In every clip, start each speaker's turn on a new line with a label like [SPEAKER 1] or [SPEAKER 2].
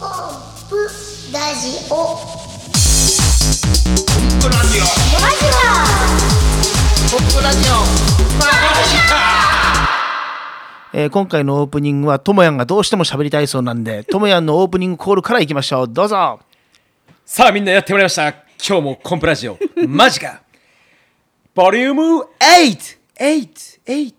[SPEAKER 1] ップラジ
[SPEAKER 2] ッ
[SPEAKER 1] オ
[SPEAKER 2] プラジオ
[SPEAKER 1] ラジ
[SPEAKER 2] ポップラジオ
[SPEAKER 3] えー今回のオープニングはともやんがどうしても喋りたいそうなん でともやんのオープニングコールからいきましょうどうぞ
[SPEAKER 4] さあみんなやってまいりました今日もコンプラジオマジかボリューム 8!8!8!8!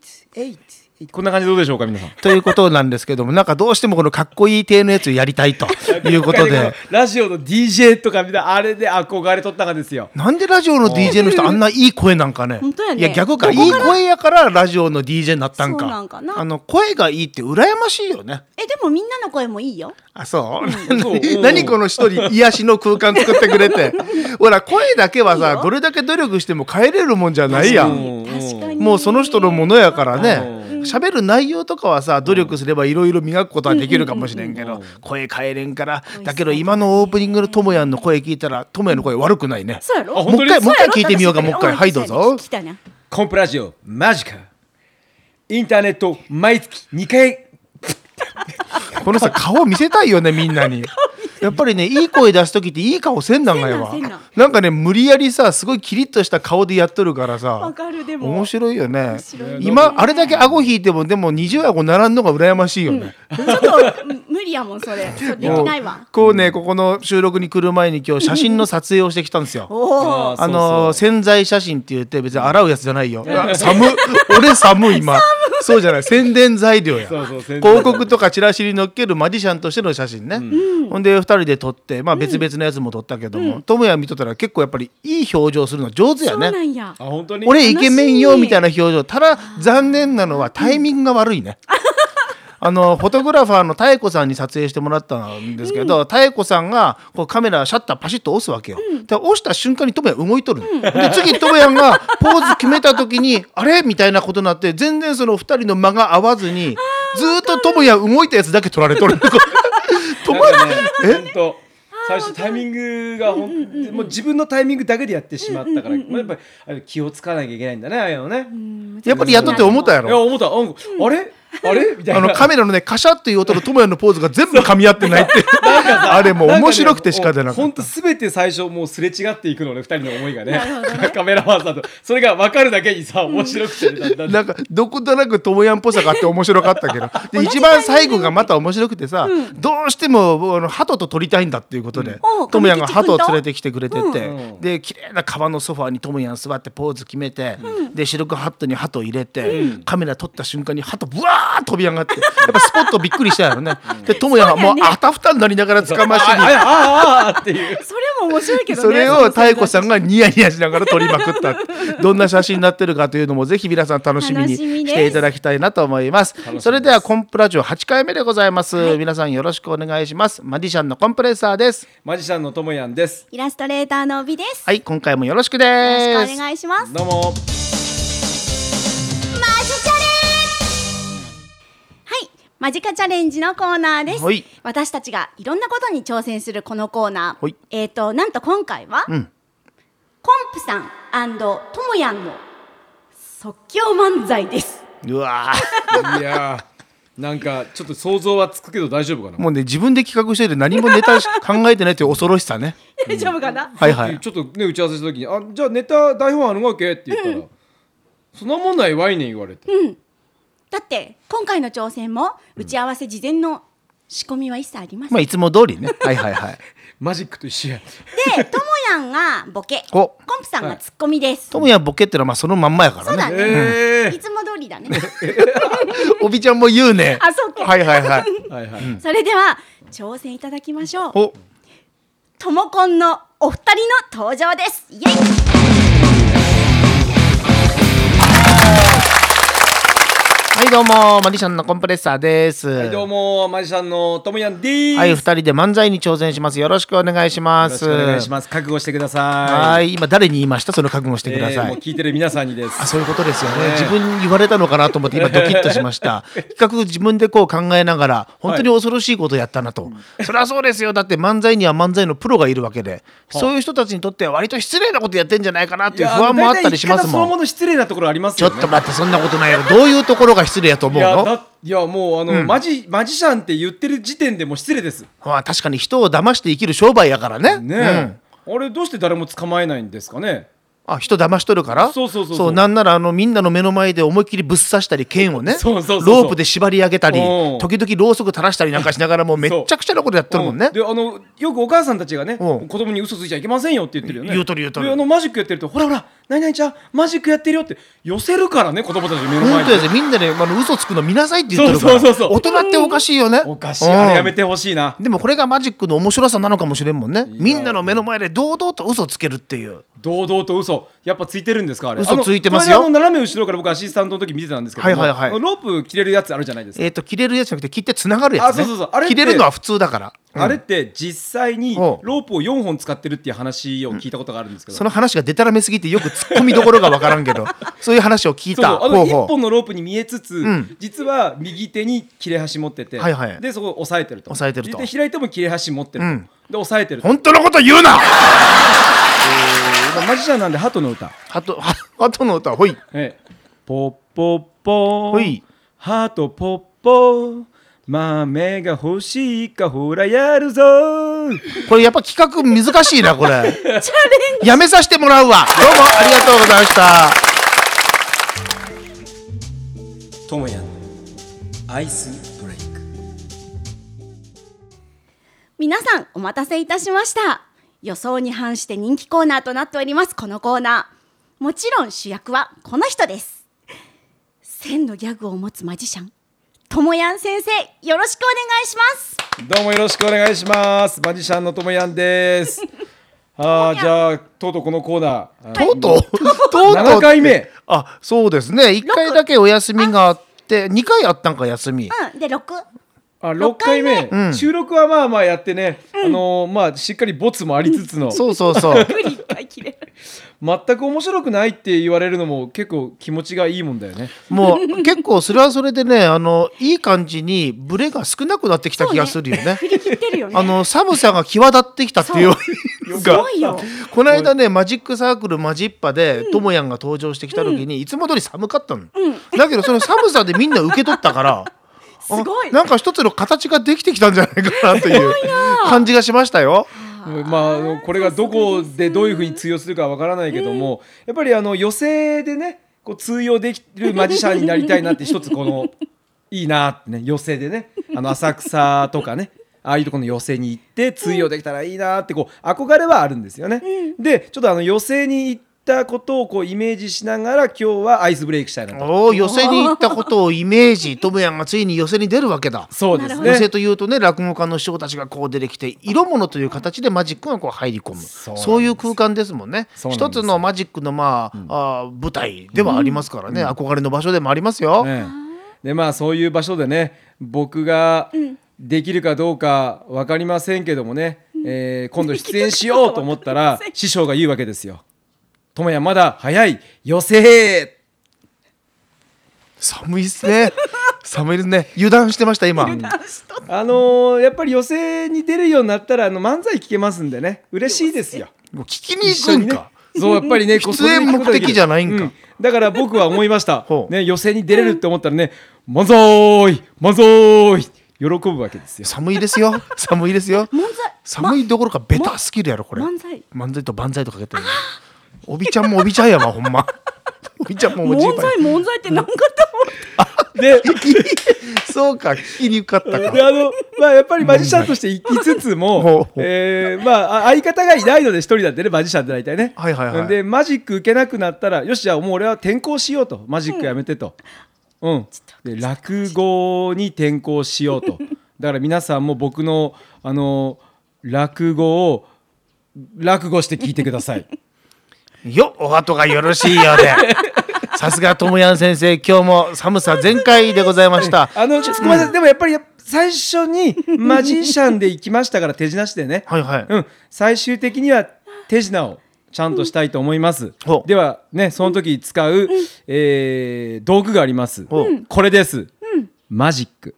[SPEAKER 4] こんな感じどうでしょうか皆さん
[SPEAKER 3] ということなんですけどもなんかどうしてもこのかっこいい系のやつやりたいということで
[SPEAKER 4] ラジオの DJ とかみんなあれで憧れとったがですよ
[SPEAKER 3] なんでラジオの DJ の人あんないい声なんかね
[SPEAKER 5] 本当やね
[SPEAKER 3] いや逆かいい声やからラジオの DJ になったんか
[SPEAKER 5] そうなんかな
[SPEAKER 3] あの声がいいって羨ましいよね
[SPEAKER 5] えでもみんなの声もいいよ
[SPEAKER 3] あそう
[SPEAKER 4] そううん
[SPEAKER 3] 何この一人癒しの空間作ってくれ てほら声だけはい
[SPEAKER 5] い
[SPEAKER 3] さ
[SPEAKER 5] よ
[SPEAKER 3] どれだけ努力しても変えれるもんじゃないやん
[SPEAKER 4] うん
[SPEAKER 5] 確かに
[SPEAKER 3] もうその人のものやからね喋る内容とかはさ努力すればいろいろ磨くことはできるかもしれんけど声変えれんからだけど今のオープニングのともやんの声聞いたらともやんの声悪くないね
[SPEAKER 5] そうやろ
[SPEAKER 4] あ
[SPEAKER 3] もう一回もう一
[SPEAKER 5] そ
[SPEAKER 3] 回
[SPEAKER 5] やろ
[SPEAKER 3] 聞いてみようかもう一回
[SPEAKER 5] ん
[SPEAKER 3] はいどうぞ
[SPEAKER 5] 聞きたいな
[SPEAKER 4] コンプラジオマジかインターネット毎月2回
[SPEAKER 3] このさ顔見せたいよねみんなにやっぱりねいい声出す時っていい顔せんなんがやわ
[SPEAKER 5] せんなんせんなん
[SPEAKER 3] なんかね無理やりさすごいキリッとした顔でやっとるからさ
[SPEAKER 5] わかるでも
[SPEAKER 3] 面白いよね
[SPEAKER 5] 白いね
[SPEAKER 3] 今あれだけ顎引いてもでも二重顎並んのが羨ましいよね
[SPEAKER 5] ちょっとむ無理やもんそれそれできないわ
[SPEAKER 3] こうねここの収録に来る前に今日写真の撮影をしてきたんですよ。
[SPEAKER 5] おお
[SPEAKER 3] あのー
[SPEAKER 4] そう
[SPEAKER 3] 潜在写真って言って別に洗うやつじゃないよ。あ寒っ俺寒い今。そうじゃない宣伝材料や
[SPEAKER 4] そうそう宣伝
[SPEAKER 3] 広告とかチラシに載っけるマジシャンとしての写真ね、ほんで2人で撮って、まあ、別々のやつも撮ったけどもトムヤ見とったら結構やっぱりいい表情するの上手や
[SPEAKER 5] そうな
[SPEAKER 3] ね
[SPEAKER 5] んや
[SPEAKER 4] あ本当に
[SPEAKER 3] 俺イケメンよみたいな表情ただ残念なのはタイミングが悪い ね。あのフォトグラファーの妙子さんに撮影してもらったんですけど、妙子さんがこうカメラシャッターパシッと押すわけよ、で押した瞬間にトモヤン動いとるの、で次トモヤンがポーズ決めた時に「あれ?」みたいなことになって全然その2人の間が合わずにずーっとトモヤン動いたやつだけ撮られとる トモヤンえ
[SPEAKER 4] 本当最初タイミングがほん、もう自分のタイミングだけでやってしまったから、まあ、やっぱりあれ気をつかなきゃいけないんだねああいうのね、
[SPEAKER 3] やっぱりやっとって思ったや
[SPEAKER 4] いや
[SPEAKER 3] ろ
[SPEAKER 4] 思った、うんあれあれみたいな
[SPEAKER 3] あのカメラのねカシャッという音とトモヤンのポーズが全部噛み合ってないってあれもう面白くて仕方なかっ
[SPEAKER 4] 本当
[SPEAKER 3] た。
[SPEAKER 4] すべて最初もうすれ違っていくのね二人の思いがね
[SPEAKER 5] なるほどね
[SPEAKER 4] カメラマンさんとそれが分かるだけにさ面白くてね、だんだ
[SPEAKER 3] なんんかどことなくともやんっぽさがあって面白かったけどで一番最後がまた面白くてさ、どうしてもあの鳩と撮りたいんだっていうことで
[SPEAKER 5] うんおう
[SPEAKER 3] ともやんが
[SPEAKER 5] 神木
[SPEAKER 3] 鳩を
[SPEAKER 5] 君と
[SPEAKER 3] 連れてきてくれてて、
[SPEAKER 4] うん
[SPEAKER 3] で綺麗な川のソファーにともやん座ってポーズ決めて、でシルクハットに鳩入れて、カメラ撮った瞬間に鳩ブワーッ飛び上がってやっぱスポットびっくりしたやろね。でともやんがもうあたふたになりながら捕まし
[SPEAKER 4] あ
[SPEAKER 3] に
[SPEAKER 4] ああああっていう
[SPEAKER 5] それも面白いけどね
[SPEAKER 3] それを
[SPEAKER 5] 太
[SPEAKER 3] 妙子さん がニヤニヤしながら撮りまくったってどんな写真になってるかというのもぜひ皆さん楽しみに
[SPEAKER 5] 楽しみです
[SPEAKER 3] していただきたいなと思いますそれではコンプラジオ8回目でございます、皆さんよろしくお願いしますマディシャンのコンプレッサーです
[SPEAKER 4] マジシャンのともやんです
[SPEAKER 5] イラストレーターの帯です
[SPEAKER 3] はい今回もよろしく
[SPEAKER 5] よろし
[SPEAKER 3] で
[SPEAKER 5] くお
[SPEAKER 3] す
[SPEAKER 5] 願いします
[SPEAKER 4] どうも
[SPEAKER 1] マジチャレ
[SPEAKER 5] はい、マジカチャレンジのコーナーです。
[SPEAKER 3] はい
[SPEAKER 5] 私たちがいろんなことに挑戦するこのコーナー。
[SPEAKER 3] はい
[SPEAKER 5] えっ、と、なんと今回は、
[SPEAKER 3] ん
[SPEAKER 5] コンプさんともやんの即興漫才です。
[SPEAKER 3] うわ
[SPEAKER 4] いやーなんかちょっと想像はつくけど大丈夫か
[SPEAKER 3] ーもうね自分で企画してて何もネタし考えてないという恐ろしさね
[SPEAKER 5] 大丈夫かな、
[SPEAKER 3] はいはい
[SPEAKER 4] ちょっとね打ち合わせした時に「あじゃあネタ台本あるわけ?」って言ったら「そんなもんないわいねん」言われて、
[SPEAKER 5] だって、今回の挑戦も打ち合わせ事前の仕込みは一切ありま せん。
[SPEAKER 3] まあいつも通りねはいはい はい
[SPEAKER 4] マジックと一緒や
[SPEAKER 5] で、ともやんがボケ、コ
[SPEAKER 3] お
[SPEAKER 5] ンプさんがツッコミです。
[SPEAKER 3] トムヤボケってのはまあそのまんまやから
[SPEAKER 5] そうだ
[SPEAKER 3] ね
[SPEAKER 5] ね、
[SPEAKER 4] え
[SPEAKER 5] いつも通りだね。
[SPEAKER 3] おびちゃんも言うね
[SPEAKER 5] あそうか
[SPEAKER 3] はいはい はい
[SPEAKER 4] ー、はいはい、
[SPEAKER 5] それでは、挑戦いただきましょう。
[SPEAKER 3] お
[SPEAKER 5] ともこんのお二人の登場です。イエイ。
[SPEAKER 3] はいどうもマディシャンのコンプレッサーです、
[SPEAKER 4] はい、どうもマジシャンのともやんでーす、
[SPEAKER 3] はい、二人で漫才に挑戦します。よろしくお願いしま
[SPEAKER 4] よろし
[SPEAKER 3] す。
[SPEAKER 4] くお願いします。覚悟してくだ
[SPEAKER 3] は
[SPEAKER 4] さい。
[SPEAKER 3] い、今誰に言いました？その覚悟してくだ
[SPEAKER 4] えー
[SPEAKER 3] さ
[SPEAKER 4] もう
[SPEAKER 3] い。
[SPEAKER 4] 聞いてる皆さんにです。
[SPEAKER 3] あ、そういうことですよね
[SPEAKER 4] ね。
[SPEAKER 3] 自分に言われたのかなと思って今ドキッとしま した。比較自分でこう考えながら本当に恐ろしいことやったなと。そりゃそうですよ。だって漫才には漫才のプロがいるわけで、そういう人たちにとっては割と失礼なことやってんじゃないかなっていう不安もあったりします
[SPEAKER 4] いや大体言い方その
[SPEAKER 3] も
[SPEAKER 4] も
[SPEAKER 3] ん。
[SPEAKER 4] の失礼なところあります
[SPEAKER 3] ちょ
[SPEAKER 4] よ
[SPEAKER 3] っ
[SPEAKER 4] ね。
[SPEAKER 3] と待ってそんなことないよ。どういうところが失礼やと思う
[SPEAKER 4] や
[SPEAKER 3] の
[SPEAKER 4] だいやもうあの、マジマジシャンって言ってる時点でもう失礼です
[SPEAKER 3] まあ確かに人を騙して生きる商売やからね
[SPEAKER 4] ね
[SPEAKER 3] うん
[SPEAKER 4] え、あれどうして誰も捕まえないんですかね
[SPEAKER 3] あ人騙しとるから
[SPEAKER 4] そうそうそうそう
[SPEAKER 3] なんならあのみんなの目の前で思いっきりぶっ刺したり剣をね
[SPEAKER 4] そうそうそうそう
[SPEAKER 3] ロープで縛り上げたり
[SPEAKER 4] うん
[SPEAKER 3] 時々ろうそく垂らしたりなんかしながらもうめっちゃくちゃなことやってるもんね
[SPEAKER 4] うであのよくお母さんたちがね
[SPEAKER 3] うん
[SPEAKER 4] 子供に嘘ついちゃいけませんよって言ってるよね
[SPEAKER 3] 言うとる言うとる
[SPEAKER 4] であのマジックやってるとほらほら何々ちゃんマジックやってるよって寄せるからね子供たち目の
[SPEAKER 3] 本
[SPEAKER 4] 前
[SPEAKER 3] 当や
[SPEAKER 4] で
[SPEAKER 3] でみんなで、あの嘘つくの見なさいって言ってるから
[SPEAKER 4] そうそうそうそう
[SPEAKER 3] 大人っておかしいよね
[SPEAKER 4] おかしいあれやめ
[SPEAKER 3] て
[SPEAKER 4] てほしいな
[SPEAKER 3] でもこれがマジックの面白さなのかもしれんもんねみんなの目の前で堂々と嘘つけるっていう
[SPEAKER 4] 堂々と嘘やっぱついてるんですかあれ
[SPEAKER 3] 嘘
[SPEAKER 4] あの
[SPEAKER 3] ついてますよ
[SPEAKER 4] これあの斜め後ろから僕アシスタントの時見てたんですけども
[SPEAKER 3] はいはいはい
[SPEAKER 4] ロープ切れるやつあるじゃないですか、
[SPEAKER 3] えっ、と切れるやつじゃなくて切ってつながるやつ、ね、
[SPEAKER 4] あそうそうそうあれって
[SPEAKER 3] 切れるのは普通だから、うん
[SPEAKER 4] あれって実際に
[SPEAKER 3] お
[SPEAKER 4] ロープを4本使ってるっていう話を聞いたことがあるんですけど、
[SPEAKER 3] その話がでたらめすぎてよく突っ込みどころがわからん けどそういう話を聞い
[SPEAKER 4] そう
[SPEAKER 3] た
[SPEAKER 4] あの
[SPEAKER 3] ほう
[SPEAKER 4] 一
[SPEAKER 3] ほう
[SPEAKER 4] 本のロープに見えつつ、
[SPEAKER 3] ん
[SPEAKER 4] 実は右手に切れ端持ってて、
[SPEAKER 3] はいはい
[SPEAKER 4] でそこを押さえてると
[SPEAKER 3] 押さえてると
[SPEAKER 4] 右手開いても切れ端持ってると、
[SPEAKER 3] うん
[SPEAKER 4] で押さえてると
[SPEAKER 3] 本当のこと言うな
[SPEAKER 4] まあマジシャンなんで鳩の歌、
[SPEAKER 3] ハトハハトの歌ほい
[SPEAKER 4] ええ、ポッポッポ
[SPEAKER 3] ほい
[SPEAKER 4] 鳩ポッポ豆が欲しいかほらやるぞー
[SPEAKER 3] これやっぱ企画難しいなこれ やめさせてもらうわどうもありがとうございました
[SPEAKER 4] ともやアイスブレイク
[SPEAKER 5] 皆さんお待たせいたしました予想に反して人気コーナーとなっておりますこのコーナーもちろん主役はこの人です千のギャグを持つマジシャンともやん先生よろしくお願いします
[SPEAKER 4] どうもよろしくお願いします。マジシャンのともやんです。ああ、じゃあ、とうとうこのコーナー。
[SPEAKER 3] とうとうとうとう
[SPEAKER 4] 7回目。
[SPEAKER 3] あそうですね1回だけお休みがあって2回あったんか休み
[SPEAKER 5] うんで六
[SPEAKER 4] あ、6回目。
[SPEAKER 3] ん
[SPEAKER 4] 収録はまあまあやってね、あのーまあ、しっかりボツもありつつの、
[SPEAKER 3] そうそうそう
[SPEAKER 5] ぶり一回切れる
[SPEAKER 4] 全く面白くないって言われるのも結構気持ちがいいもんだよね。
[SPEAKER 3] もう結構それはそれでねあのいい感じにブレが少なくなってきた気がするよね
[SPEAKER 5] 振り切ってるよね
[SPEAKER 3] あの寒さが際立ってきたっていう
[SPEAKER 5] すごいよ
[SPEAKER 3] この間ねマジックサークルマジッパでともやんが登場してきた時にいつも通り寒かったの、だけどその寒さでみんな受け取ったから
[SPEAKER 5] すごい
[SPEAKER 3] あなんか一つの形ができてきたんじゃないかなという感じがしましたよ。
[SPEAKER 4] まああの、これがどこでどういうふうに通用するかわからないけども、やっぱりあの予選でねこう通用できるマジシャンになりたいなって一つこのいいなってね寄席でねあの浅草とかね ああいうところの寄席に行って通用できたらいいなってこう憧れはあるんですよね。でちょっとあの寄席に行ったことをこうイメージしながら今日はアイスブレイクしたいなと。
[SPEAKER 3] おー寄席に行ったことをイメージともやんがついに寄席に出るわけだ。
[SPEAKER 4] そうで
[SPEAKER 3] 寄
[SPEAKER 4] す
[SPEAKER 3] 席
[SPEAKER 4] ね。
[SPEAKER 3] というとね落語家の師匠たちがこう出てきて色物という形でマジックがこう入り込む
[SPEAKER 4] そ
[SPEAKER 3] そう
[SPEAKER 4] なん
[SPEAKER 3] う
[SPEAKER 4] です
[SPEAKER 3] いう空間ですもんね
[SPEAKER 4] そうなん
[SPEAKER 3] 一
[SPEAKER 4] です
[SPEAKER 3] つのマジックのまあ,、あー舞台ではありますからね、憧れの場所でもありますよ。
[SPEAKER 4] ええでまあそういう場所でね僕ができるかどうか分かりませんけどもね、えー今度出演しようと思ったら
[SPEAKER 5] できるかどうかわかりません
[SPEAKER 4] 師匠が言うわけですよ。ともやまだ早い寄せ
[SPEAKER 3] 寒いっすね寒いですね油断してました今
[SPEAKER 4] あのーやっぱり寄せに出るようになったらあの漫才聞けますんでね嬉しいですよ。
[SPEAKER 3] もう聞きに行くん
[SPEAKER 4] ね
[SPEAKER 3] か、。
[SPEAKER 4] そうやっぱりねこう
[SPEAKER 3] 出演目的じゃないんか
[SPEAKER 4] うだから僕は思いました
[SPEAKER 3] ほう
[SPEAKER 4] ね寄せに出れるって思ったらね「漫才漫才!」喜ぶわけです よ。
[SPEAKER 3] 寒いですよ寒いですよ
[SPEAKER 5] 漫才
[SPEAKER 3] 寒いどころかベタすぎるやろこれ
[SPEAKER 5] 漫才
[SPEAKER 3] 漫才と万歳とかけてるおびちゃんもおびちゃんやわほんまおびちゃんもおじい
[SPEAKER 5] 漫
[SPEAKER 3] ばい
[SPEAKER 5] 才漫才って何かと思って
[SPEAKER 4] で
[SPEAKER 3] そうか聞きにくかったか
[SPEAKER 4] であのまあやっぱりマジシャンとして生きつつ
[SPEAKER 3] ほう
[SPEAKER 4] も
[SPEAKER 3] ほ、う
[SPEAKER 4] えーまああ相方がいないので一人だってねマジシャンって大体ね。
[SPEAKER 3] はいはいはい
[SPEAKER 4] でマジック受けなくなったらよしじゃあもう俺は転校しようとマジックやめてと、うんで落語に転校しようと だから皆さんも僕のあの落語を落語して聞いてください。
[SPEAKER 3] よお後がよろしいようでさすがともやん先生今日も寒さ全開でございました
[SPEAKER 4] あのちょごめんなさいでもやっぱりやっぱ最初にマジシャンで行きましたから手品師でね。
[SPEAKER 3] はいはい、
[SPEAKER 4] うん、最終的には手品をちゃんとしたいと思います。
[SPEAKER 3] ほう
[SPEAKER 4] ではね、その時使う、えー道具があります。
[SPEAKER 3] ほう
[SPEAKER 4] これです、マジック。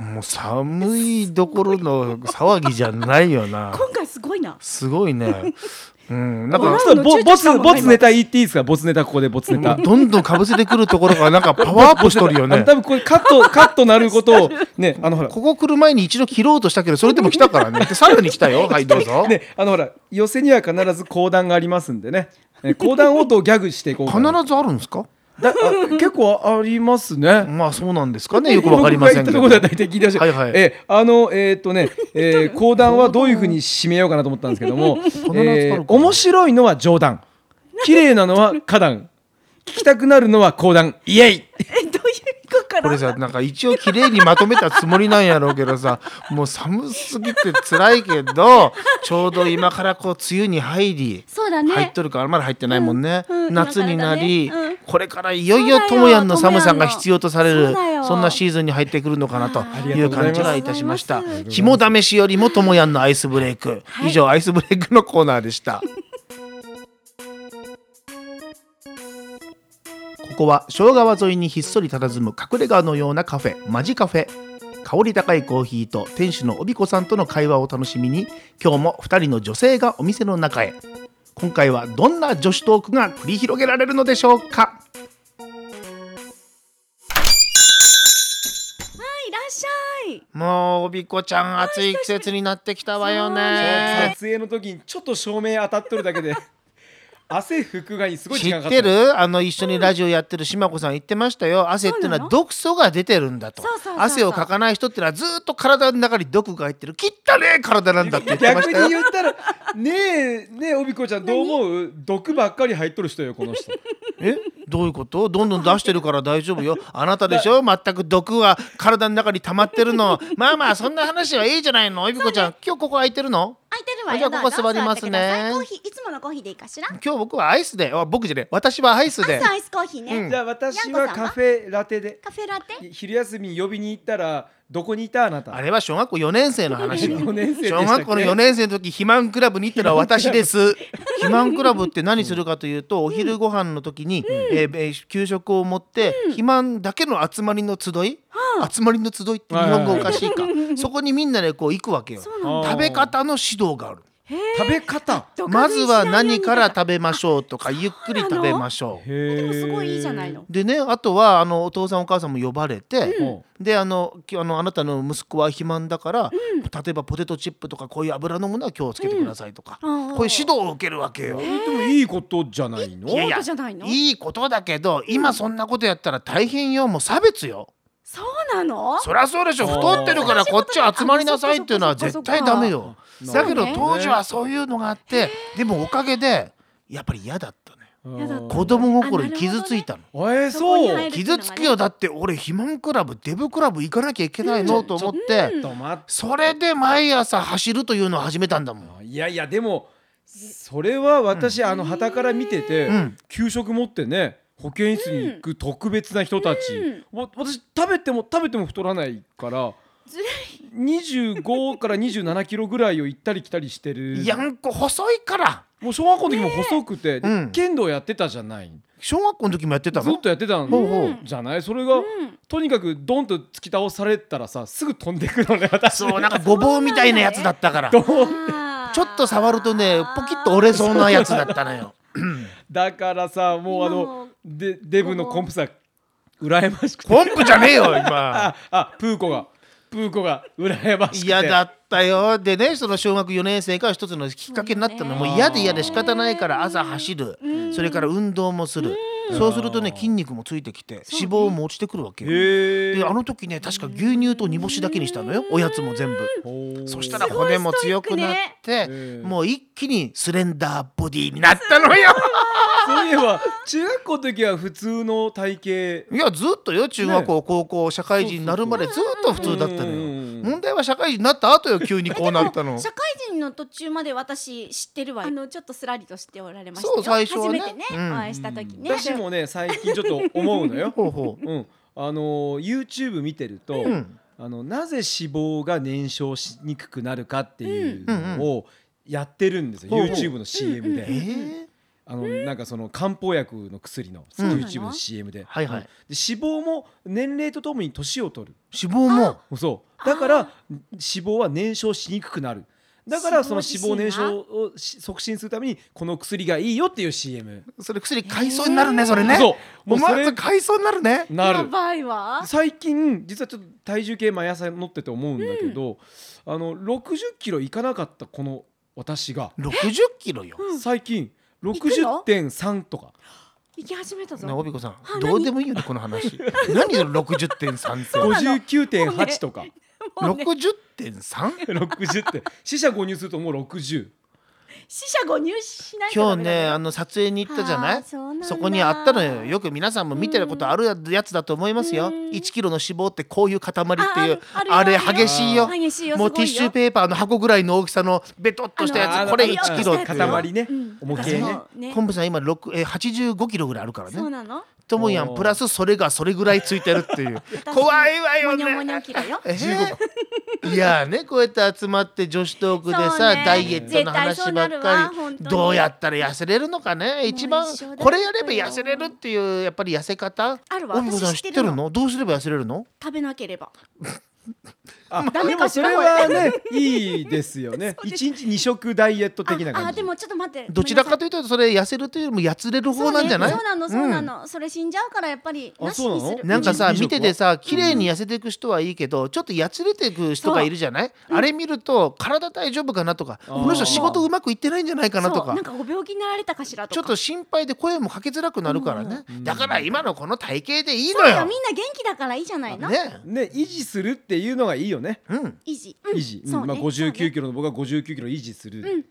[SPEAKER 3] もう寒いどころの騒ぎじゃないよな
[SPEAKER 5] 今回すごいな
[SPEAKER 3] すごいね。うん、なん
[SPEAKER 5] 笑
[SPEAKER 3] か
[SPEAKER 5] う
[SPEAKER 4] ちょっとボ
[SPEAKER 5] ちょっと
[SPEAKER 4] ボツボツネタ言っていいですかボツネタここでボツネタ
[SPEAKER 3] どんどんかぶせてくるところがなんかパワーアップしとるよ
[SPEAKER 4] あの
[SPEAKER 3] ね
[SPEAKER 4] 多分これカッ トカットなることをねあのほら
[SPEAKER 3] ここ来る前に一度切ろうとしたけどそれでも来たから ねでさらに来たよはいどうぞ、
[SPEAKER 4] ねあのほら寄せには必ず講談がありますんでねえ講談をどうギャグしていこう
[SPEAKER 3] 必
[SPEAKER 4] かな
[SPEAKER 3] ずあるんですか
[SPEAKER 4] だあ結構ありますね
[SPEAKER 3] まあそうなんですかねよくわかりませんけど
[SPEAKER 4] 僕が言ったところは大体聞いてました。
[SPEAKER 3] はいはい
[SPEAKER 4] えーあのえーっとね、えー、講談はどういうふうに締めようかなと思ったんですけ ども、
[SPEAKER 3] る
[SPEAKER 4] えー面白いのは冗談、綺麗なのは花壇、聞きたくなるのは講談、イエイ。
[SPEAKER 5] えどういうことか
[SPEAKER 3] これ
[SPEAKER 5] ら
[SPEAKER 3] さなんか一応綺麗にまとめたつもりなんやろうけどさもう寒すぎて辛いけどちょうど今からこう梅雨に入り
[SPEAKER 5] そうだね
[SPEAKER 3] 入っとるからまだ入ってないもんね、
[SPEAKER 5] うんうん
[SPEAKER 3] 夏になり、
[SPEAKER 5] 今からだねうん
[SPEAKER 3] これからいよいよ
[SPEAKER 5] そ
[SPEAKER 3] と
[SPEAKER 5] うだよ
[SPEAKER 3] もやんの寒さが必要とされ
[SPEAKER 5] そう
[SPEAKER 3] る
[SPEAKER 5] だよ
[SPEAKER 3] そんなシーズンに入ってくるのかなと
[SPEAKER 4] り
[SPEAKER 3] い
[SPEAKER 4] が
[SPEAKER 3] う
[SPEAKER 4] とうござ
[SPEAKER 3] 感
[SPEAKER 4] います
[SPEAKER 3] じがいたしました
[SPEAKER 5] ありがとうご
[SPEAKER 3] 肝試しよりもともやんのアイスブレイク、以上アイスブレイクのコーナーでした。ここは昭和沿いにひっそり佇む隠れ家のようなカフェマジカフェ香り高いコーヒーと店主の帯子さんとの会話を楽しみに今日も2人の女性がお店の中へ今回はどんな女子トークが繰り広げられるのでしょうか
[SPEAKER 5] いらっしゃい
[SPEAKER 3] もう帯子ちゃん暑い季節になってきたわよね
[SPEAKER 4] 撮影の時にちょっと照明当たっとるだけで、 汗拭くがにすごい時
[SPEAKER 3] 知
[SPEAKER 4] 間
[SPEAKER 3] っ
[SPEAKER 4] かか
[SPEAKER 3] て
[SPEAKER 4] った。
[SPEAKER 3] るあの一緒にラジオやってる島子さん言ってましたよ汗っていうのは毒素が出てるんだと
[SPEAKER 5] そうそうそうそう
[SPEAKER 3] 汗をかかない人ってのはずっと体の中に毒が入ってる切ったねえ体なんだって言ってま
[SPEAKER 4] 逆
[SPEAKER 3] し
[SPEAKER 4] に
[SPEAKER 3] たよ
[SPEAKER 4] 言ったらねえねえおびこちゃんどう思う毒ばっかり入っとる人よこの人
[SPEAKER 3] えどういうことどんどん出してるから大丈夫よあなたでしょ全く毒は体の中に溜まってるのまあまあそんな話はいいじゃないのおいびこちゃん今日ここ空いてるの
[SPEAKER 5] 空いてるわよ
[SPEAKER 3] じゃあここ
[SPEAKER 5] どうぞ
[SPEAKER 3] 座りますね
[SPEAKER 5] 座ってくださいコーヒーいつものコーヒーでいいかしら
[SPEAKER 3] 今日僕はアイスであ僕じゃね私はアイスで
[SPEAKER 5] 朝アイスコーヒーね、
[SPEAKER 3] うん
[SPEAKER 4] じゃあ私はカフェラテで
[SPEAKER 5] カフェラテ
[SPEAKER 4] 昼休み呼びに行ったらどこにいたあなた
[SPEAKER 3] あれは小学校4年生の話よ
[SPEAKER 4] 四年生でしたっ
[SPEAKER 3] 小
[SPEAKER 4] け
[SPEAKER 3] 学校の4年生の時肥満クラブに行ったのは私です肥満クラブって何するかというとお昼ご飯の時に、えーえー給食を持って肥満だけの集まりの集い、集まりの集いって日本語おかしいか、 そこにみんなでこう行くわけよ
[SPEAKER 5] そうなんだ
[SPEAKER 3] 食べ方の指導がある
[SPEAKER 4] 食べ方
[SPEAKER 5] どこか
[SPEAKER 3] まずは何から
[SPEAKER 5] で
[SPEAKER 3] 食べましょうとかゆっくり食べましょう
[SPEAKER 4] へ
[SPEAKER 5] もすごいいいじゃないの
[SPEAKER 3] でねあとはあのお父さんお母さんも呼ばれて、
[SPEAKER 4] うん
[SPEAKER 3] であのきあのあなたの息子は肥満だから、例えばポテトチップとかこういう油のものは気をつけてくださいとか、
[SPEAKER 5] うんあー
[SPEAKER 3] こういう指導を受けるわけよ。
[SPEAKER 4] でもいいことじゃないの
[SPEAKER 5] いやいやじゃないの
[SPEAKER 3] いいことだけど今そんなことやったら大変よもう差別よ
[SPEAKER 5] そうなの
[SPEAKER 3] そりゃそうでしょ
[SPEAKER 4] あー
[SPEAKER 3] 太ってるからこっち集まりなさいっていうのは
[SPEAKER 5] あそっかそ
[SPEAKER 3] 絶
[SPEAKER 5] っか
[SPEAKER 3] 対ダメよ
[SPEAKER 4] そっか
[SPEAKER 3] だけど
[SPEAKER 5] そうね
[SPEAKER 3] 当時はそういうのがあってでもおかげでやっぱり嫌だったね
[SPEAKER 5] やだ
[SPEAKER 3] 子供心に傷ついたの
[SPEAKER 4] えー、
[SPEAKER 5] そこに
[SPEAKER 4] そう
[SPEAKER 5] 入る
[SPEAKER 3] 傷つくよだって俺肥満クラブデブクラブ行かなきゃいけないのと思って、
[SPEAKER 4] ちょっと待っ
[SPEAKER 3] それで毎朝走るというのを始めたんだもん
[SPEAKER 4] たいやいやでもそれは私、あの旗から見てて、
[SPEAKER 3] うん
[SPEAKER 4] 給食持ってね保健室に行く特別な人たち、わ私食べても食べても太らないから
[SPEAKER 5] ずる
[SPEAKER 4] 25から27キロぐらいを行ったり来たりしてる
[SPEAKER 3] やんこ細いから
[SPEAKER 4] もう小学校の時も細くて、で
[SPEAKER 3] うん
[SPEAKER 4] 剣道やってたじゃない
[SPEAKER 3] 小学校の時もやってた
[SPEAKER 4] ずっ
[SPEAKER 3] の
[SPEAKER 4] とやってたん
[SPEAKER 3] ほうほう
[SPEAKER 4] じゃないそれが、とにかくドンと突き倒されたらさすぐ飛んでくの ね私
[SPEAKER 3] そうなんかごぼうみたいなやつだったからちょ
[SPEAKER 5] ち
[SPEAKER 3] っと触るとねポキッと折れそうなやつだったのよ
[SPEAKER 4] だからさもうあのデデブのコンプさ羨ましくて
[SPEAKER 3] ポンプじゃねえよ 今
[SPEAKER 4] ああプーコがプーコが羨ましくて
[SPEAKER 3] 嫌だったよでねその小学4年生が一つのきっかけになったのもう嫌で嫌で仕方ないから朝走るそれから運動もするそうするとね筋肉もついてきて脂肪も落ちてくるわけよ
[SPEAKER 4] へえ
[SPEAKER 3] であの時ね確か牛乳と煮干しだけにしたのよおやつも全部そしたら骨も強くなって
[SPEAKER 4] ね
[SPEAKER 3] もう一気にスレンダーボディになったのよ
[SPEAKER 4] そういえば中学校の時は普通の体型
[SPEAKER 3] いやずっとよ中学校高校社会人になるまでずっと普通だったのよ
[SPEAKER 4] うんうんうん
[SPEAKER 3] 問題は社会人になった後よ急にこうなったの
[SPEAKER 5] 社会人の途中まで私知ってるわよあのちょっとすらりとしておられましたよ
[SPEAKER 3] そう最初はね
[SPEAKER 5] 初めてね、
[SPEAKER 3] うん
[SPEAKER 5] お会いした時ね
[SPEAKER 4] 私もね最近ちょっと思うの よ
[SPEAKER 3] ほうほう
[SPEAKER 4] うん、あの YouTube 見てると、
[SPEAKER 3] うん
[SPEAKER 4] あのなぜ脂肪が燃焼しにくくなるかっていうのをやってるんですよ、
[SPEAKER 3] ほうほう
[SPEAKER 4] YouTube の CM で、
[SPEAKER 3] えー
[SPEAKER 4] あのなんかその漢方薬の薬の、
[SPEAKER 3] ん
[SPEAKER 4] YouTube の CM で,、
[SPEAKER 3] はいはい
[SPEAKER 4] で脂肪も年齢とともに年を取る
[SPEAKER 3] 脂肪も
[SPEAKER 4] そうだから脂肪は燃焼しにくくなるだからその
[SPEAKER 5] 脂
[SPEAKER 4] 脂
[SPEAKER 5] 肪
[SPEAKER 4] 肪
[SPEAKER 5] 自
[SPEAKER 4] 燃
[SPEAKER 5] 身が
[SPEAKER 4] 焼をし促進するためにこの薬がいいよっていう CM
[SPEAKER 3] それ薬買いそうになるねそれね
[SPEAKER 4] そう
[SPEAKER 3] お
[SPEAKER 4] もうそれ
[SPEAKER 3] 前買いそうになるね
[SPEAKER 4] な
[SPEAKER 5] や
[SPEAKER 4] る
[SPEAKER 5] ばいわ
[SPEAKER 4] 最近実はちょっと体重計毎朝乗ってて思うんだけど、あの60キロいかなかったこの私が
[SPEAKER 3] 60キロよ
[SPEAKER 4] 最近
[SPEAKER 5] くの
[SPEAKER 4] 60.3とか
[SPEAKER 5] 行き始めたぞ
[SPEAKER 3] なおびこさん
[SPEAKER 5] あ
[SPEAKER 3] どうでもいいよねこの話何よ60.3って
[SPEAKER 5] うなの
[SPEAKER 4] 59.8とか
[SPEAKER 5] もうね
[SPEAKER 3] 60.3?
[SPEAKER 4] 60って死者誤入するともう60
[SPEAKER 5] 死者誤入しないと
[SPEAKER 3] 今
[SPEAKER 5] ダ
[SPEAKER 3] 日
[SPEAKER 5] メだ
[SPEAKER 3] ねあの撮影に行ったじゃな
[SPEAKER 5] あー
[SPEAKER 3] い
[SPEAKER 5] そうなんだ
[SPEAKER 3] こにあったのよよく皆さんも見てることあるやつだと思いますよ
[SPEAKER 5] うん
[SPEAKER 3] 1キロの脂肪ってこういう塊っていう
[SPEAKER 5] あある
[SPEAKER 3] あ
[SPEAKER 5] ある
[SPEAKER 3] れ
[SPEAKER 5] よ
[SPEAKER 3] 激しいよ
[SPEAKER 5] 激しいよ
[SPEAKER 3] も
[SPEAKER 5] す
[SPEAKER 3] う
[SPEAKER 5] ごい
[SPEAKER 3] テ
[SPEAKER 5] よ
[SPEAKER 3] ィッシュペーパーの箱ぐらいの大きさのベトっとした
[SPEAKER 5] あ
[SPEAKER 3] や
[SPEAKER 5] の
[SPEAKER 3] つこれ
[SPEAKER 5] あの
[SPEAKER 3] 1キロっていう
[SPEAKER 4] 塊ね、
[SPEAKER 5] うん
[SPEAKER 4] 重
[SPEAKER 3] だ
[SPEAKER 4] け
[SPEAKER 3] から
[SPEAKER 4] ね
[SPEAKER 5] そう
[SPEAKER 3] ね
[SPEAKER 5] ね
[SPEAKER 3] 昆布さん今六えー85キロぐらいあるから
[SPEAKER 5] そう
[SPEAKER 3] ね
[SPEAKER 5] なの
[SPEAKER 3] ともやん
[SPEAKER 4] おー
[SPEAKER 3] プラスそれがそれぐらいついてるって いう怖いわよ
[SPEAKER 5] もにょもに
[SPEAKER 3] ね
[SPEAKER 5] ょキロよ
[SPEAKER 3] えーいやーねこうやって集まって女子トークで
[SPEAKER 5] そ
[SPEAKER 3] さ、
[SPEAKER 5] うね
[SPEAKER 3] ダイエットの話ばっ
[SPEAKER 5] 絶対そうなるわ
[SPEAKER 3] か
[SPEAKER 5] 本当
[SPEAKER 3] り
[SPEAKER 5] に
[SPEAKER 3] どうやったら痩せれるのかね一番
[SPEAKER 5] 一緒だよ
[SPEAKER 3] これやれば痩せれるっていうやっぱり痩せ方
[SPEAKER 5] あるわ
[SPEAKER 3] おみこさん
[SPEAKER 5] 私知
[SPEAKER 3] 知
[SPEAKER 5] っ
[SPEAKER 3] ってて
[SPEAKER 5] るの
[SPEAKER 3] るのどうすれば痩せれるの
[SPEAKER 5] 食べなければ
[SPEAKER 4] あ
[SPEAKER 5] メ
[SPEAKER 4] で
[SPEAKER 5] か
[SPEAKER 4] も
[SPEAKER 5] し
[SPEAKER 4] そ
[SPEAKER 5] ら
[SPEAKER 4] れはね いいですよね
[SPEAKER 5] そうです
[SPEAKER 4] 一日二食ダイエット
[SPEAKER 5] あ
[SPEAKER 4] 的な
[SPEAKER 5] あ
[SPEAKER 4] 感じ
[SPEAKER 5] でもちょっと待って
[SPEAKER 3] どちらか
[SPEAKER 5] と
[SPEAKER 3] というとそれ痩せるというよりもやつれる
[SPEAKER 5] そ
[SPEAKER 3] 方
[SPEAKER 5] う
[SPEAKER 3] なん
[SPEAKER 5] ね
[SPEAKER 3] じゃない
[SPEAKER 5] そうなのそうなのそれ死んじゃうからやっぱり
[SPEAKER 4] あ
[SPEAKER 5] なし
[SPEAKER 4] そう
[SPEAKER 5] に
[SPEAKER 4] なの
[SPEAKER 5] する
[SPEAKER 3] なんかさ
[SPEAKER 4] うん
[SPEAKER 3] 見ててさ綺麗に痩せていく人はいいけどちょっとやつれていく人がいるじゃないあれ見ると体大丈夫かなとか
[SPEAKER 4] あー
[SPEAKER 3] この人仕事うまくいってないんじゃないかなと
[SPEAKER 5] そ
[SPEAKER 3] か
[SPEAKER 5] うなんかご病気になられたかしらと
[SPEAKER 3] ちょ
[SPEAKER 5] か
[SPEAKER 3] っと心配で声もかけづらくなるからね
[SPEAKER 4] うん
[SPEAKER 3] だから今のこの体型でいい
[SPEAKER 5] そう
[SPEAKER 3] の
[SPEAKER 5] よ
[SPEAKER 3] よ
[SPEAKER 5] みんな元気だからいいじゃないの
[SPEAKER 3] ね
[SPEAKER 4] ね維持するっていうのがいいよね
[SPEAKER 3] うん
[SPEAKER 5] 維持
[SPEAKER 4] 維持、うん
[SPEAKER 5] そうね
[SPEAKER 4] まあ、
[SPEAKER 5] そう
[SPEAKER 4] 59
[SPEAKER 5] ね
[SPEAKER 4] キロの僕は59キロ維持する、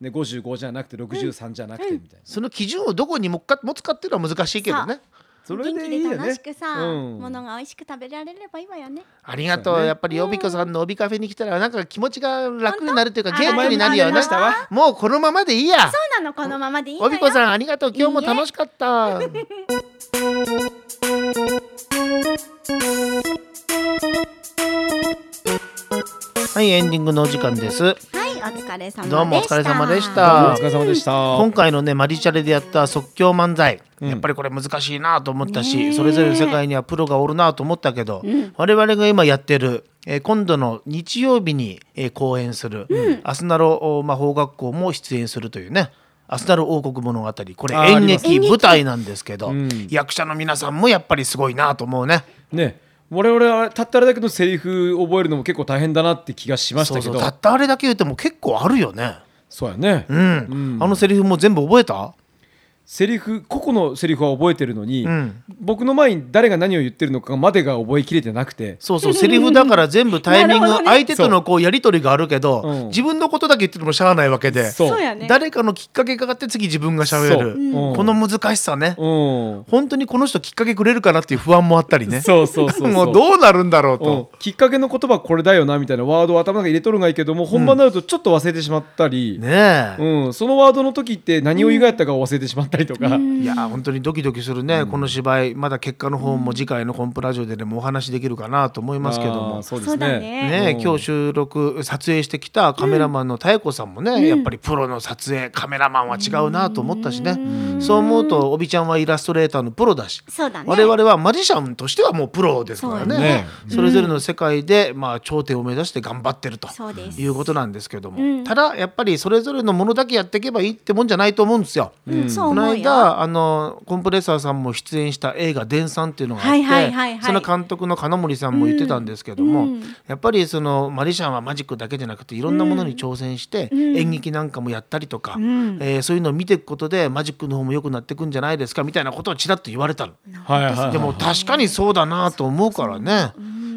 [SPEAKER 4] ね、55じゃなくて63じゃなくてみたいな、
[SPEAKER 3] その基準をどこにもっか持つかっていうのは難しいけどね
[SPEAKER 4] それ
[SPEAKER 5] 元
[SPEAKER 4] で
[SPEAKER 5] 気
[SPEAKER 4] いい
[SPEAKER 5] で
[SPEAKER 4] よ
[SPEAKER 5] 楽
[SPEAKER 4] ね
[SPEAKER 5] しくさ
[SPEAKER 4] うん
[SPEAKER 5] ものが美味しく食べられればいいわよね
[SPEAKER 3] ありがと
[SPEAKER 4] そう
[SPEAKER 3] う
[SPEAKER 4] ね
[SPEAKER 3] やっぱり帯子さんの帯カフェに来たらなんか気持ちが楽になるというか
[SPEAKER 5] 本当
[SPEAKER 3] 元気になる
[SPEAKER 5] あ
[SPEAKER 3] よ
[SPEAKER 5] りが
[SPEAKER 3] ね
[SPEAKER 5] とうございまし
[SPEAKER 3] もうこのままでいいや
[SPEAKER 5] そうなのこのままでいいわよ
[SPEAKER 3] 帯子さんありがとう今日も楽しかったはいエンディングのお時間です
[SPEAKER 5] はいお疲れ様でした
[SPEAKER 3] どうもお疲れ様でした
[SPEAKER 4] どうもお疲れ様でした
[SPEAKER 3] 今回のねマリチャレでやった即興漫才、
[SPEAKER 4] うん
[SPEAKER 3] やっぱりこれ難しいなと思ったし、
[SPEAKER 5] ねえ
[SPEAKER 3] それぞれの世界にはプロがおるなと思ったけど、我々が今やってる、えー今度の日曜日に、えー公演する、アスナロ魔法学校も出演するというねアスナロ王国物語これ
[SPEAKER 4] あー
[SPEAKER 3] 演
[SPEAKER 4] あります
[SPEAKER 3] 劇舞台なんですけど、
[SPEAKER 4] うん
[SPEAKER 3] 役者の皆さんもやっぱりすごいなと思うね。
[SPEAKER 4] ね我々はたったあれだけのセリフ覚えるのも結構大変だなって気がしました
[SPEAKER 3] そ
[SPEAKER 4] け
[SPEAKER 3] う
[SPEAKER 4] どそ
[SPEAKER 3] そううたったあれだけ言っても結構あるよね。
[SPEAKER 4] やね、
[SPEAKER 3] うん、
[SPEAKER 4] うん
[SPEAKER 3] あのセリフも全部覚えた
[SPEAKER 4] セリフ個々のセリフは覚えてるのに、
[SPEAKER 3] うん
[SPEAKER 4] 僕の前に誰が何を言ってるのかまでが覚えきれてなくて
[SPEAKER 3] そうそうセリフだから全部タイミン
[SPEAKER 5] なるほど
[SPEAKER 3] グ
[SPEAKER 5] ね
[SPEAKER 3] 相手とのこうやり取りがあるけど、
[SPEAKER 4] うん
[SPEAKER 3] 自分のことだけ言っててもしゃあないわけで、
[SPEAKER 4] そう
[SPEAKER 5] そうやね
[SPEAKER 3] 誰かのきっかけがあって次自分がしゃべ
[SPEAKER 4] そう
[SPEAKER 3] る、
[SPEAKER 4] うん
[SPEAKER 3] この難しさね、
[SPEAKER 4] うん
[SPEAKER 3] 本当にこの人きっかけくれるかなっていう不安もあったりね
[SPEAKER 4] そうそうそう そう
[SPEAKER 3] もうどうなるんだろう
[SPEAKER 4] うん
[SPEAKER 3] と、
[SPEAKER 4] きっかけの言葉これだよなみたいなワードを頭の中に入れとるんがいいけども本番になるとちょっと忘れてしまったり、
[SPEAKER 3] ねえ、
[SPEAKER 4] うん、そのワードの時って何を意外やったかを忘れてしまったりとか、
[SPEAKER 3] いやー本当にドキドキするね、この芝居まだ結果の方も次回のコンプラジオででもお話できるかなと思いますけど
[SPEAKER 4] あ
[SPEAKER 3] も
[SPEAKER 4] ー。そうで
[SPEAKER 5] そ
[SPEAKER 4] す
[SPEAKER 5] うだ
[SPEAKER 4] ね
[SPEAKER 5] ね
[SPEAKER 3] ね
[SPEAKER 4] うん
[SPEAKER 3] え今日収録撮影してきたカメラマンの妙子さんもね、やっぱりプロの撮影カメラマンは違うなと思ったしね、そう思うとおびちゃんはイラストレーターのプロだし、
[SPEAKER 5] そうだね
[SPEAKER 3] 我々はマジシャンとしてはもうプロですから
[SPEAKER 5] そ
[SPEAKER 3] ね
[SPEAKER 5] う
[SPEAKER 3] そ
[SPEAKER 4] だね
[SPEAKER 3] れぞれの世界で、まあ、頂点を目指して頑張ってると
[SPEAKER 5] そうです
[SPEAKER 3] いうことなんですけども、ただやっぱりそれぞれのものだけやっていけばいいってもんじゃないと思うんですよ。
[SPEAKER 5] うんそう
[SPEAKER 3] この
[SPEAKER 5] 思うよ
[SPEAKER 3] 間あのコンプレッサーさんも出演した映画「伝さん」っていうのがあって、
[SPEAKER 5] はいはいはいはい
[SPEAKER 3] その監督の金森さんも言ってたんですけども、やっぱりそのマリシャンはマジックだけじゃなくていろんなものに挑戦して、演劇なんかもやったりとか、えーそういうのを見ていくことでマジックの方も良くなっていくんじゃないですかみたいなことをちらっと言われたの。
[SPEAKER 4] はいはいはい
[SPEAKER 3] でも確かにそうだなと思うからね。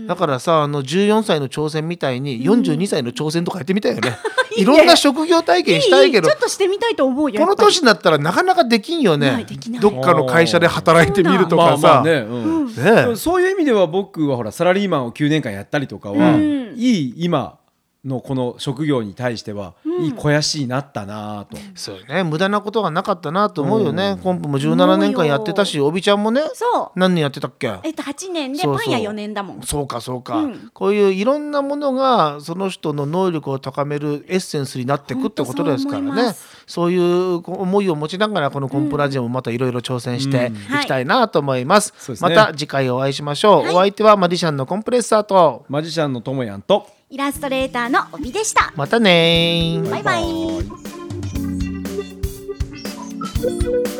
[SPEAKER 3] だからさあの14歳の挑戦みたいに42歳の挑戦とかやってみた いよね。いろんな職業体験したいけど
[SPEAKER 5] いいちょっとしてみたいと思うよ
[SPEAKER 3] この
[SPEAKER 5] やっぱり
[SPEAKER 3] 年になったらなかなかできんよ
[SPEAKER 5] な
[SPEAKER 3] ね
[SPEAKER 5] いできない
[SPEAKER 3] どっかの会社で働いてみると
[SPEAKER 4] ま
[SPEAKER 3] か
[SPEAKER 4] あま
[SPEAKER 3] さ
[SPEAKER 4] あね、うん
[SPEAKER 3] ねえ
[SPEAKER 4] でもそういう意味では僕はほらサラリーマンを9年間やったりとかは、
[SPEAKER 5] うん
[SPEAKER 4] いい今のこの職業に対しては、いい肥やしになったなぁと、
[SPEAKER 3] そうよね無駄なことがなかったなと思うよね、コンプも17年間やってたしおびちゃんもね
[SPEAKER 5] そう
[SPEAKER 3] 何年やってたっけ
[SPEAKER 5] えっと8年で
[SPEAKER 3] そう
[SPEAKER 5] パ
[SPEAKER 3] そう
[SPEAKER 5] ン屋4年だもん
[SPEAKER 3] そうかそうか、
[SPEAKER 5] うん
[SPEAKER 3] こういういろんなものがその人の能力を高めるエッセンスになっていくってことですから
[SPEAKER 5] ほんとそう思いま
[SPEAKER 3] ね
[SPEAKER 5] す
[SPEAKER 3] そういうこう思いを持ちながらこのコンプラジオもまたいろいろ挑戦して
[SPEAKER 4] うん
[SPEAKER 3] いきたいなと思います,、
[SPEAKER 4] そうですね
[SPEAKER 3] また次回お会いしましょう、
[SPEAKER 5] はい
[SPEAKER 3] お相手はマディシャンのコンプレッサーと
[SPEAKER 4] マジシャンのともやんと
[SPEAKER 5] よイラストレーターの帯でした
[SPEAKER 3] またねー
[SPEAKER 5] バイバイ
[SPEAKER 4] バイバイ